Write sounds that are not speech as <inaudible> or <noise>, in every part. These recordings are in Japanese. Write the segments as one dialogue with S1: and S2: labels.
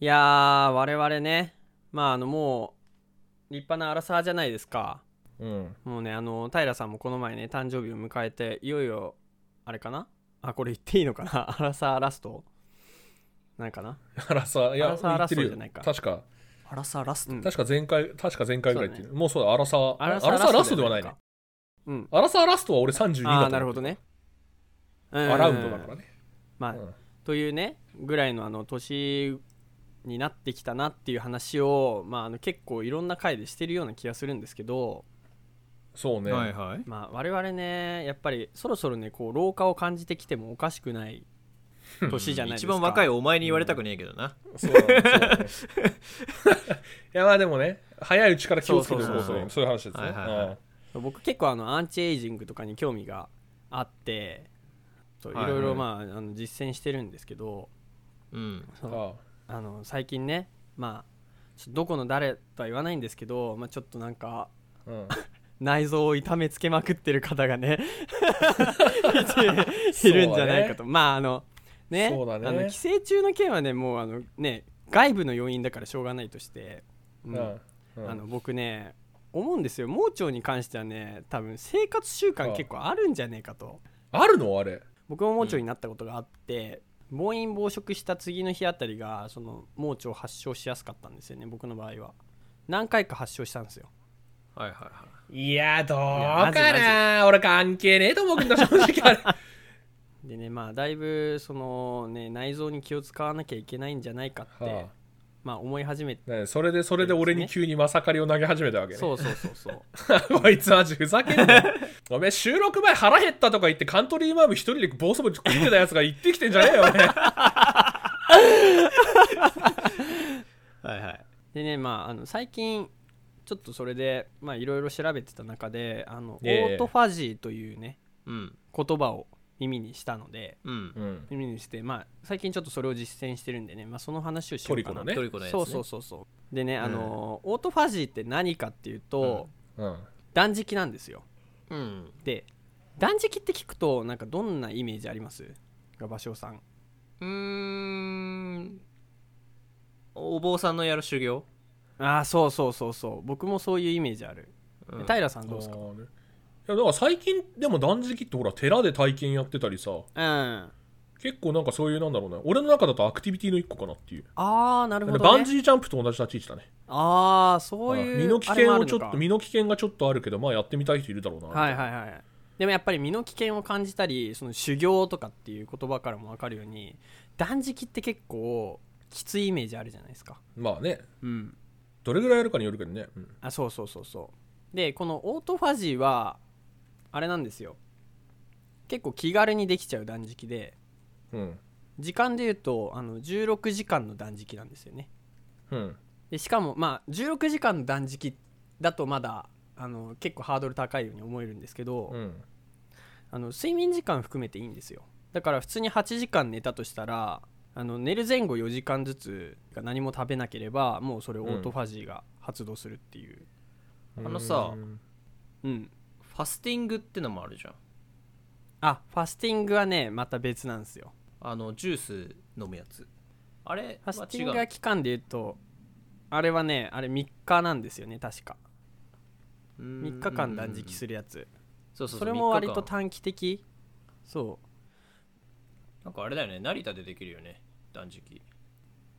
S1: いやー、我々ね、まあ、あの、もう、立派なアラサーじゃないですか。
S2: うん
S1: もうね、あの、平さんもこの前ね、誕生日を迎えて、いよいよ、あれかなあ、これ言っていいのかな <laughs> アラサーラストなんかな
S2: アラサーい
S1: ア
S2: や
S1: ラサー
S2: 言ってる
S1: 争いじゃない
S2: よ
S1: か
S2: 確か
S3: アラサーラスト、
S1: うん
S2: 確か前回確か前回ぐらいっていうもうそうだアラサー
S1: ア
S2: ア
S1: ラ
S2: ラ
S1: サー
S2: サーラストではないね
S1: ラスうん。
S2: アラサーラストは俺32だと
S1: あ
S2: 思
S1: あ、
S2: う
S1: なるほどね。
S2: ア
S1: ア
S2: ラウンドだからね
S1: まあ、
S2: うん
S1: というねぐらいのあの年になってきたなっていう話を、まあ、あの結構いろんな回でしてるような気がするんですけど、
S2: そうね
S3: はいはい
S1: まあ、我々ねやっぱりそろそろねこう老化を感じてきてもおかしくない年じゃないです
S3: 一
S1: か
S3: 番若い
S1: い
S3: お前に言われたくねえけどな、
S2: そうだねそうだね <laughs> いやまあでもね早いうちから気をつけておこう
S3: そうそうそう
S2: とそういう話ですね
S3: はいはいはい
S1: 僕結構あのアンチエイジングとかに興味があってそうい
S3: はいはい
S1: ろいろまああの実践してるんですけど
S3: うん、
S1: そ
S2: うん
S1: う
S2: あ
S1: あの最近ねまあちょっとどこの誰とは言わないんですけど、まあ、ちょっとなんか
S2: あうん
S1: 内臓を痛めつけまくってる方が
S2: <laughs>
S1: ねいているんじゃないかと、まああのね
S2: そうだね
S1: あの寄生虫の件はねもうあのね外部の要因だからしょうがないとして、うん
S2: うん
S1: あの僕ね思うんですよ盲腸に関してはね多分生活習慣結構あるんじゃねえかと
S2: あるのあれ
S1: 僕も盲腸になったことがあって、暴飲暴食した次の日あたりがその盲腸を発症しやすかったんですよね僕の場合は何回か発症したんですよ
S3: はいはいはい
S2: いやどう
S1: やまずまず
S2: な俺関係ねえと思うけど正直あれ
S1: でねまあだいぶそのね内臓に気を使わなきゃいけないんじゃないかって、
S2: は
S1: まあ思い始めて、
S2: あねそれでそれで俺に急にまさかりを投げ始めたわけね
S1: そうそうそうそう
S2: <laughs> こいつマジふざけんなよおめえ収録前腹減ったとか言ってカントリーマーム一人で暴走部食ってたやつが言ってきてんじゃねえよお前
S3: はいはい
S1: でねまああの最近ちょっとそれでまあいろいろ調べてた中であの、
S2: ええ
S1: オートファジーというね
S3: うん
S1: 言葉を耳にしたので
S3: うん
S2: うん
S1: 耳にしてまあ最近ちょっとそれを実践してるんでね、まあ、その話をしようかな
S2: トリコのね
S3: トリコのやつ、
S1: そ
S3: ね、
S1: うそうそうそうでね、あのオートファジーって何かっていうと、
S2: うん
S1: 断食なんですよ
S3: うん
S1: で断食って聞くとなんかどんなイメージありますが芭蕉さん
S3: うーんお坊さんのやる修行、
S1: ああそうそうそうそう僕もそういうイメージある、
S3: うん
S1: 平さんどうですか
S2: あーねいやだから最近でも断食ってほら寺で体験やってたりさ
S1: うんあ
S2: 結構なんかそういうなんだろうな俺の中だとアクティビティの一個かなっていう、
S1: あなるほど、ね、
S2: バンジージャンプと同じ立ち位置だね
S1: ああそう
S2: あ
S1: いう
S2: 身の危険をちょっ
S1: あ
S2: と
S1: れも
S2: 身の危険がちょっとあるけどまあやってみたい人いるだろうな、
S1: あるのかはいはいはいでもやっぱり身の危険を感じたりその修行とかっていう言葉からも分かるように断食って結構きついイメージあるじゃないですか
S2: まあね
S1: うん
S2: どれぐらいやるかによるけどね、うん
S1: あそうそうそうそうでこのオートファジーはあれなんですよ結構気軽にできちゃう断食で
S2: うん
S1: 時間で言うとあの16時間の断食なんですよね
S2: うん
S1: でしかもまあ16時間の断食だとまだあの結構ハードル高いように思えるんですけど、
S2: うん
S1: あの睡眠時間含めていいんですよだから普通に8時間寝たとしたらあの寝る前後4時間ずつが何も食べなければもうそれオートファジーが発動するっていう、
S3: あのさ
S2: うん
S1: うん、
S3: ファスティングってのもあるじゃん
S1: あファスティングはねまた別なんですよ
S3: あのジュース飲むやつあれ
S1: ファスティング
S3: は違
S1: は期間で言うとあれはねあれ3日なんですよね確か
S3: ううん
S1: 3日間断食するやつ
S3: そうそう
S1: そ
S3: そう
S1: れも割と
S3: 三日間
S1: 短期的そう
S3: なんかあれだよね成田でできるよね断食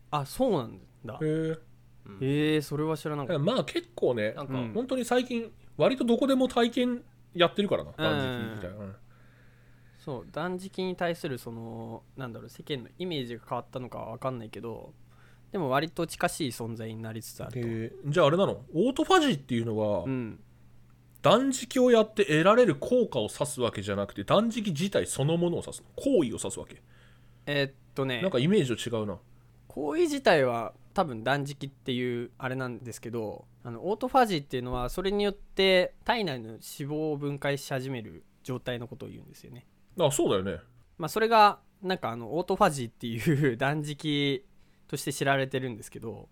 S1: あそうなんだ
S2: へえ
S3: うん
S1: えー、それは知らなかっ
S2: まあ結構ね
S3: なんか、
S1: うん
S2: 本当に最近割とどこでも体験やってるからな断食みたいな、うん
S1: たそう断食に対するそのなんだろう世間のイメージが変わったのかは分かんないけどでも割と近しい存在になりつつあると
S2: でじゃああれなのオートファジーっていうのは、
S1: うん
S2: 断食をやって得られる効果を指すわけじゃなくて断食自体そのものを指すの行為を指すわけ
S1: えーっとね
S2: なんかイメージと違うな
S1: 行為自体は多分断食っていうあれなんですけどあのオートファジーっていうのはそれによって体内の脂肪を分解し始める状態のことを言うんですよね、
S2: あそうだよね
S1: まあ、それがなんかあのオートファジーっていう断食として知られてるんですけど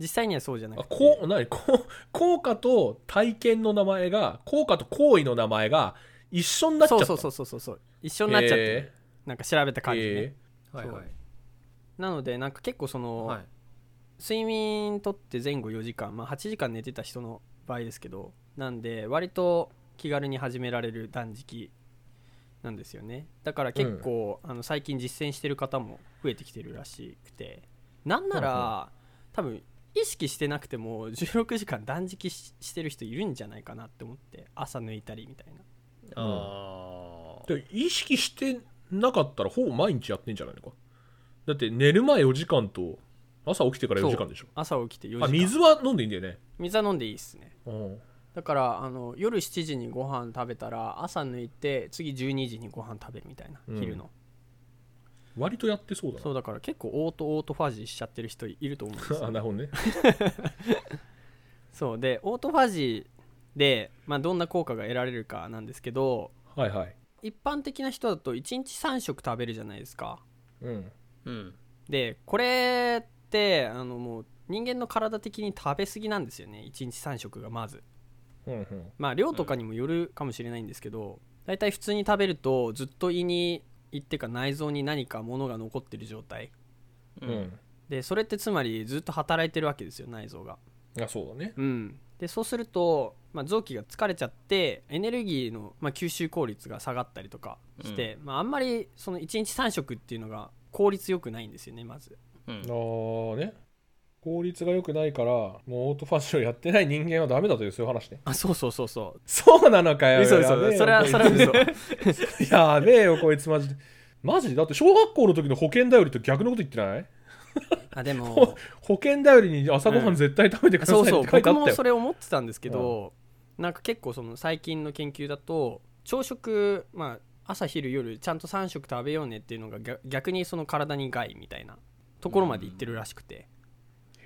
S1: 実際にはそうじゃな
S2: あ
S1: くて
S2: こう何こう効果と体験の名前が効果と行為の名前が一緒になっちゃっ
S1: そう
S2: た
S1: そうそうそうそうそう一緒になっちゃってるなんか調べた感じね、
S2: え
S3: はいはい
S1: なのでなんか結構その、
S3: はい
S1: 睡眠とって前後4時間、まあ、8時間寝てた人の場合ですけどなんで割と気軽に始められる断食なんですよねだから結構、あの最近実践してる方も増えてきてるらしくてなんなら、
S2: はい
S1: 多分意識してなくても16時間断食ししてる人いるんじゃないかなって思って朝抜いたりみたいな
S2: ああ意識してなかったらほぼ毎日やってんじゃないのかだって寝る前4時間と朝起きてから4時間でしょ
S1: 朝起きて4時間
S2: あ水は飲んでいいんだよね
S1: 水は飲んでいいっすね
S2: うん
S1: だからあの夜7時にご飯食べたら朝抜いて次12時にご飯食べるみたいな、
S2: うん
S1: 昼の
S2: 割とやってそうだな
S1: そうだから結構オートオートファジーしちゃってる人いると思うんです
S2: あ
S1: よ
S2: <laughs> なるほどね
S1: そうでオートファジーで、まあ、どんな効果が得られるかなんですけど
S2: はいはい
S1: 一般的な人だと1日3食食べるじゃないですか
S2: うん
S3: うん
S1: でこれってあのもう人間の体的に食べ過ぎなんですよね1日3食がまず
S2: うんうん
S1: まあ量とかにもよるかもしれないんですけど、大体普通に食べるとずっと胃に胃っていうか内臓に何かものが残ってる状態
S3: う
S2: うんん、
S1: でそれってつまりずっと働いてるわけですよ内臓が
S2: あそうだね
S1: うんでそうすると、まあ、臓器が疲れちゃってエネルギーの、まあ、吸収効率が下がったりとかして、まあ、あんまりその1日3食っていうのが効率よくないんですよねまず
S3: うん
S2: ああね効率が良くないからもうオートファッションやってない人間はダメだというそういう話ね
S1: あそうそうそうそ
S2: そうなのか
S1: う
S2: よ
S1: 嘘
S2: やべ
S1: 嘘
S2: えよ
S1: それは
S2: こいつ
S1: それは嘘 <laughs>
S2: <laughs> やべえよこいつマジでマジだって小学校の時の保険頼りと逆のこと言ってない
S1: あで <laughs> も
S2: ほ保険頼りに朝ごはん絶対食べてください
S1: そ
S2: っ
S1: う
S2: て書
S1: そ
S2: いうてあった
S1: 僕
S2: よ、
S1: もそれ思ってたんですけど、なんか結構その最近の研究だと朝食まあ朝昼夜ちゃんと3食食べようねっていうのが逆逆にその体に害みたいなところまでいってるらしくて、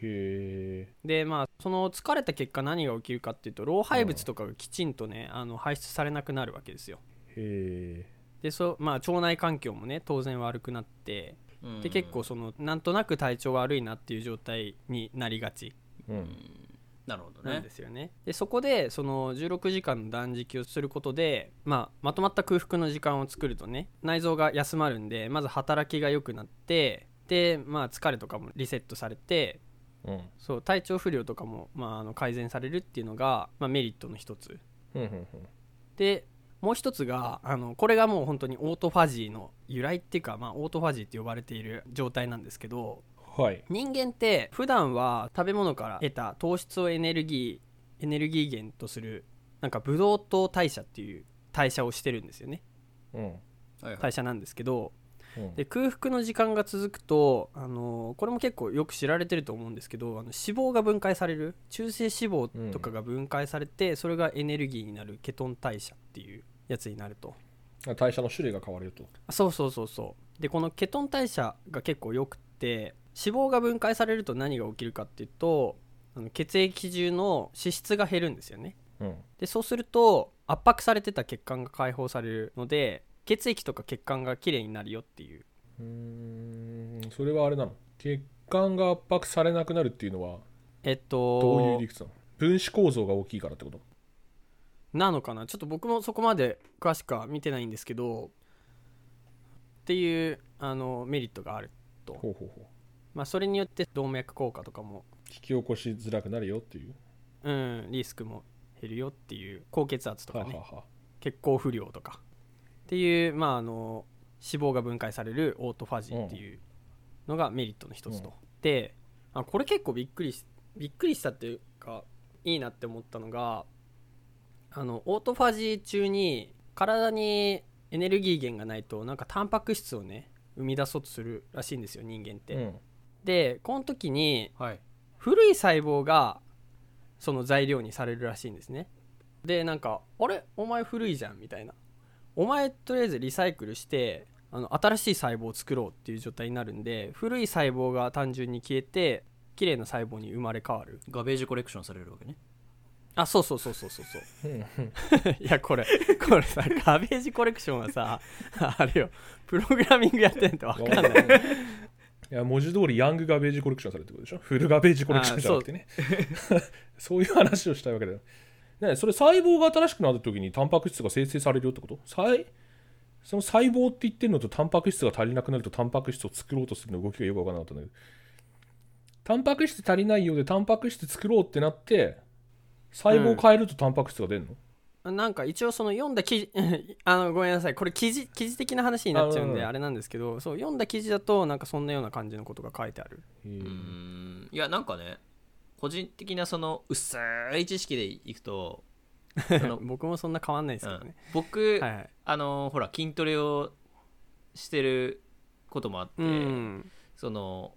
S2: へえ
S1: でまあその疲れた結果何が起きるかっていうと老廃物とかがきちんとね、あの排出されなくなるわけですよ
S2: へ
S1: でそうまあ、腸内環境もね当然悪くなって
S3: うん
S1: で結構そのなんとなく体調悪いなっていう状態になりがち
S2: えう
S3: うんんなるほど
S1: なん
S3: ね
S1: ですよねでそこでその16時間の断食をすることで、まあ、まとまった空腹の時間を作るとね内臓が休まるんでまず働きが良くなってで、まあ、疲れとかもリセットされて
S2: うん
S1: そう体調不良とかも、まあ、あの改善されるっていうのが、まあ、メリットの一つ
S2: うんうん
S1: でもう一つがあのこれがもう本当にオートファジーの由来っていうか、まあ、オートファジーって呼ばれている状態なんですけど
S2: うんはい
S1: 人間って普段は食べ物から得た糖質をエネルギーエネルギー源とするなんかブドウ糖代謝っていう代謝をしてるんですよね
S2: うん
S3: はいはい
S1: 代謝なんですけど
S2: うん
S1: で空腹の時間が続くとあのこれも結構よく知られてると思うんですけどあの脂肪が分解される中性脂肪とかが分解されて、それがエネルギーになるケトン代謝っていうやつになると
S2: あ代謝の種類が変わるよと
S1: あそうそうそうそうでこのケトン代謝が結構よくって脂肪が分解されると何が起きるかっていうとあの血液中の脂質が減るんですよね
S2: うん
S1: でそうすると圧迫されてた血管が解放されるので血液とか血管がきれいになるよっていう
S2: うーんそれはあれなの血管が圧迫されなくなるっていうのは
S1: えっと
S2: どういう理屈なの分子構造が大きいからってこと
S1: なのかなちょっと僕もそこまで詳しくは見てないんですけどっていうあのメリットがある、
S2: ほうほうほう
S1: まあ、それによって動脈硬化とかも
S2: 引き起こしづらくなるよっていう、
S1: うんリスクも減るよっていう高血圧とか
S2: は
S1: ね
S2: はは
S1: 血行不良とかっていう、まあ、あの脂肪が分解されるオートファジーっていうのがメリットの一つと、
S2: うん
S1: であこれ結構びっくりしびっくりしたっていうかいいなって思ったのがあのオートファジー中に体にエネルギー源がないとなんかタンパク質をね生み出そうとするらしいんですよ人間って、
S2: うん
S1: でこの時に
S3: はい
S1: 古い細胞がその材料にされるらしいんですねでなんか「あれお前古いじゃん」みたいな「お前とりあえずリサイクルしてあの新しい細胞を作ろう」っていう状態になるんで古い細胞が単純に消えて綺麗な細胞に生まれ変わる
S3: ガベージコレクションされるわけね
S1: あそうそうそうそうそうそう
S2: う
S1: <laughs>
S2: ん
S1: いやこれこれさガベージコレクションはさあれよプログラミングやってんのって分かんない
S2: い。や文字通りヤングガベージコレクションされるってことでしょフルガベージコレクションじゃなくてね <laughs> そういう話をしたいわけだよ、ね、それ細胞が新しくなるときにタンパク質が生成されるよってこと細その細胞って言ってるのとタンパク質が足りなくなるとタンパク質を作ろうとするの動きがよく分からなかったんだけどタンパク質足りないようでタンパク質作ろうってなって細胞変えるとタンパク質が出るの、
S1: なんか一応その読んだ記事 <laughs> あのごめんなさいこれ記事記事的な話になっちゃうん
S2: あうんう
S1: で
S2: ん
S1: あれなんですけどそう読んだ記事だとなんかそんなような感じのことが書いてある
S2: へえ
S3: うんいやなんかね個人的なその薄い知識でいくとその、
S1: 僕もそんな変わんないですけど
S3: うん
S1: ね、
S3: 僕、
S1: はいはい
S3: あのほら筋トレをしてることもあって、
S1: うん
S3: その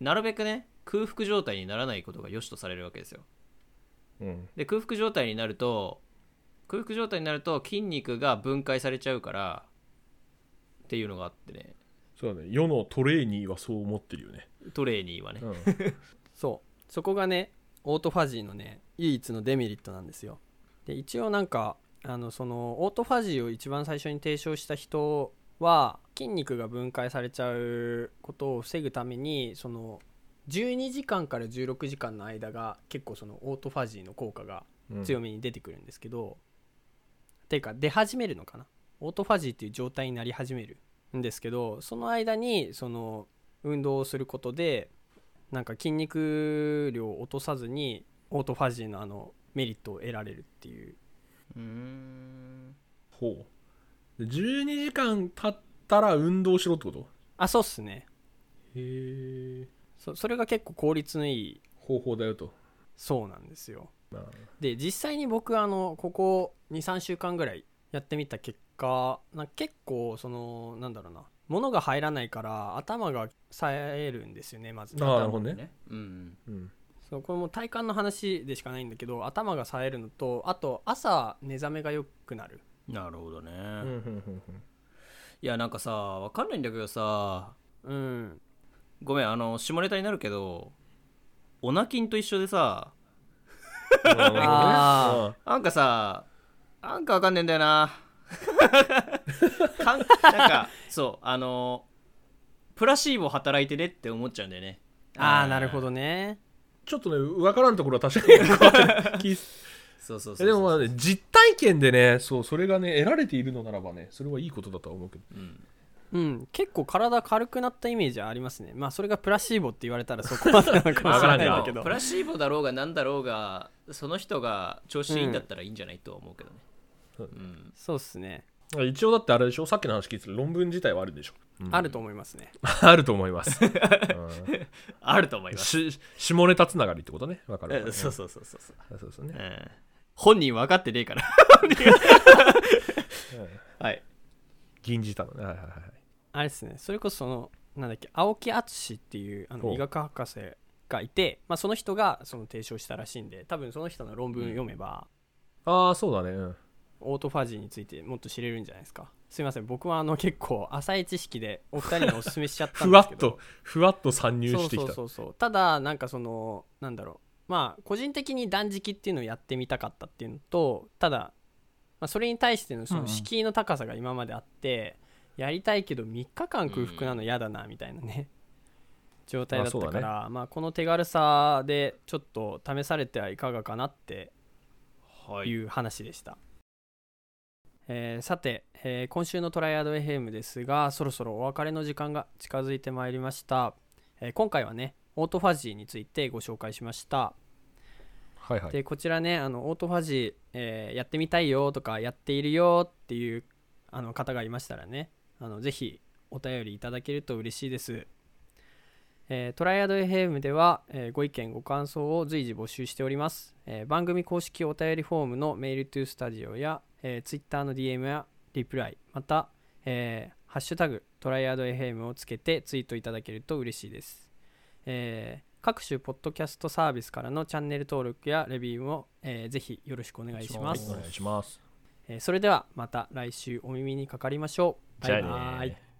S3: なるべくね空腹状態にならないことが良しとされるわけですよ
S2: うん
S3: で空腹状態になると空腹状態になると筋肉が分解されちゃうからっていうのがあってね
S2: そうだね世のトレーニーはそう思ってるよね、
S3: トレーニーはね
S2: うん、
S1: そうそこがねオートファジーのね唯一のデメリットなんですよで一応なんかあのそのオートファジーを一番最初に提唱した人は筋肉が分解されちゃうことを防ぐためにその12時間から16時間の間が結構そのオートファジーの効果が
S2: うん
S1: 強めに出てくるんですけど、ていうか出始めるのかなオートファジーっていう状態になり始めるんですけどその間にその運動をすることでなんか筋肉量を落とさずにオートファジーのあのメリットを得られるっていう
S3: うーん
S2: ほうで12時間経ったら運動しろってこと
S1: あそうっすね
S2: へえ
S1: そそれが結構効率のいい
S2: 方法だよと
S1: そうなんですよ
S2: まあ
S1: で実際に僕あのここ23週間ぐらいやってみた結果なんか結構そのなんだろうな物が入らないから頭が冴えるんですよねまず
S2: あーなるほどね
S3: ねうん
S2: うん
S1: そうこれも体感の話でしかないんだけど頭が冴えるのとあと朝目覚めが良くなる
S3: なるほどね、
S2: うんうん
S3: い
S2: うんうん
S3: やなんかさわかんないんだけどさ
S1: うん
S3: ごめんあの下ネタになるけどオナキンと一緒でさ
S1: あ
S3: なんかさなんかわかんねえんだよな <laughs> かんなんかそうあのプラシーボ働いてねって思っちゃうんだよね
S1: ああなるほどね
S2: ちょっとね分からんところは確かに分かる気す
S3: そうそうそう
S2: でもまあね実体験でねそうそれがね得られているのならばねそれはいいことだとは思うけど
S3: うん
S1: うん結構体軽くなったイメージありますねまあそれがプラシーボって言われたらそこまでなのかもしれないんだけど
S3: プラシーボだろうがなんだろうがその人が調子いいんだったらいいんじゃないとは思うけどね
S2: そうだ
S3: うん
S1: そうっすね
S2: 一応だってあれでしょさっきの話聞いてた論文自体はあるでしょ、うん
S1: あると思いますね
S2: <laughs> あると思います、うん
S3: あると思います
S2: し下ネタつながりってことね分かるわか
S3: <laughs> うん
S2: る
S3: そうそうそうそうそう
S2: うんそうですね
S3: うん本人分かってねえから <laughs> はい
S2: 銀じたのねはいはいはい
S1: あれですねそれこそそのなんだっけ青木淳っていうあ
S2: ほ
S1: の
S2: う
S1: 医学博士がいて、まあ、その人がその提唱したらしいんで多分その人の論文読めば、
S2: ああそうだねうん
S1: オートファジーについてもっと知れるんじゃないですかすいません僕はあの結構浅い知識でお二人にお勧めしちゃったん
S2: <laughs> ふ
S1: で
S2: わ
S1: すけ
S2: っ
S1: ど
S2: とふわっと参入し
S1: そ
S2: てき
S1: うそ
S2: た
S1: うそうそうただなんかそのなんだろうまあ個人的に断食っていうのをやってみたかったっていうのとただ、まあ、それに対してのそ
S2: うんう
S1: の
S2: ん
S1: 敷居の高さが今まであって、やりたいけど3日間空腹なの嫌だなみたいなね、状態だったか
S2: まあそう
S1: ら、まあ、この手軽さでちょっと試されてはいかがかなって
S3: は
S1: いう話でした、えーさて、えー今週のトライアド FM ですがそろそろお別れの時間が近づいてまいりました、えー今回はねオートファジーについてご紹介しました、
S2: はいはい
S1: でこちらねあのオートファジー、えーやってみたいよとかやっているよっていうあの方がいましたらねあのぜひお便りいただけると嬉しいです、えートライアド FM では、えーご意見ご感想を随時募集しております、えー番組公式お便りフォームのメールトゥースタジオや、えー、Twitter の DM やリプライまた、えーハッシュタグトライアド FM をつけてツイートいただけると嬉しいですえー各種ポッドキャストサービスからのチャンネル登録やレビューも、えーぜひよろしくお願いします
S2: お願いします
S1: えーそれではまた来週お耳にかかりましょうバイ
S2: じゃあ
S1: バ
S2: ね
S1: イ
S2: ー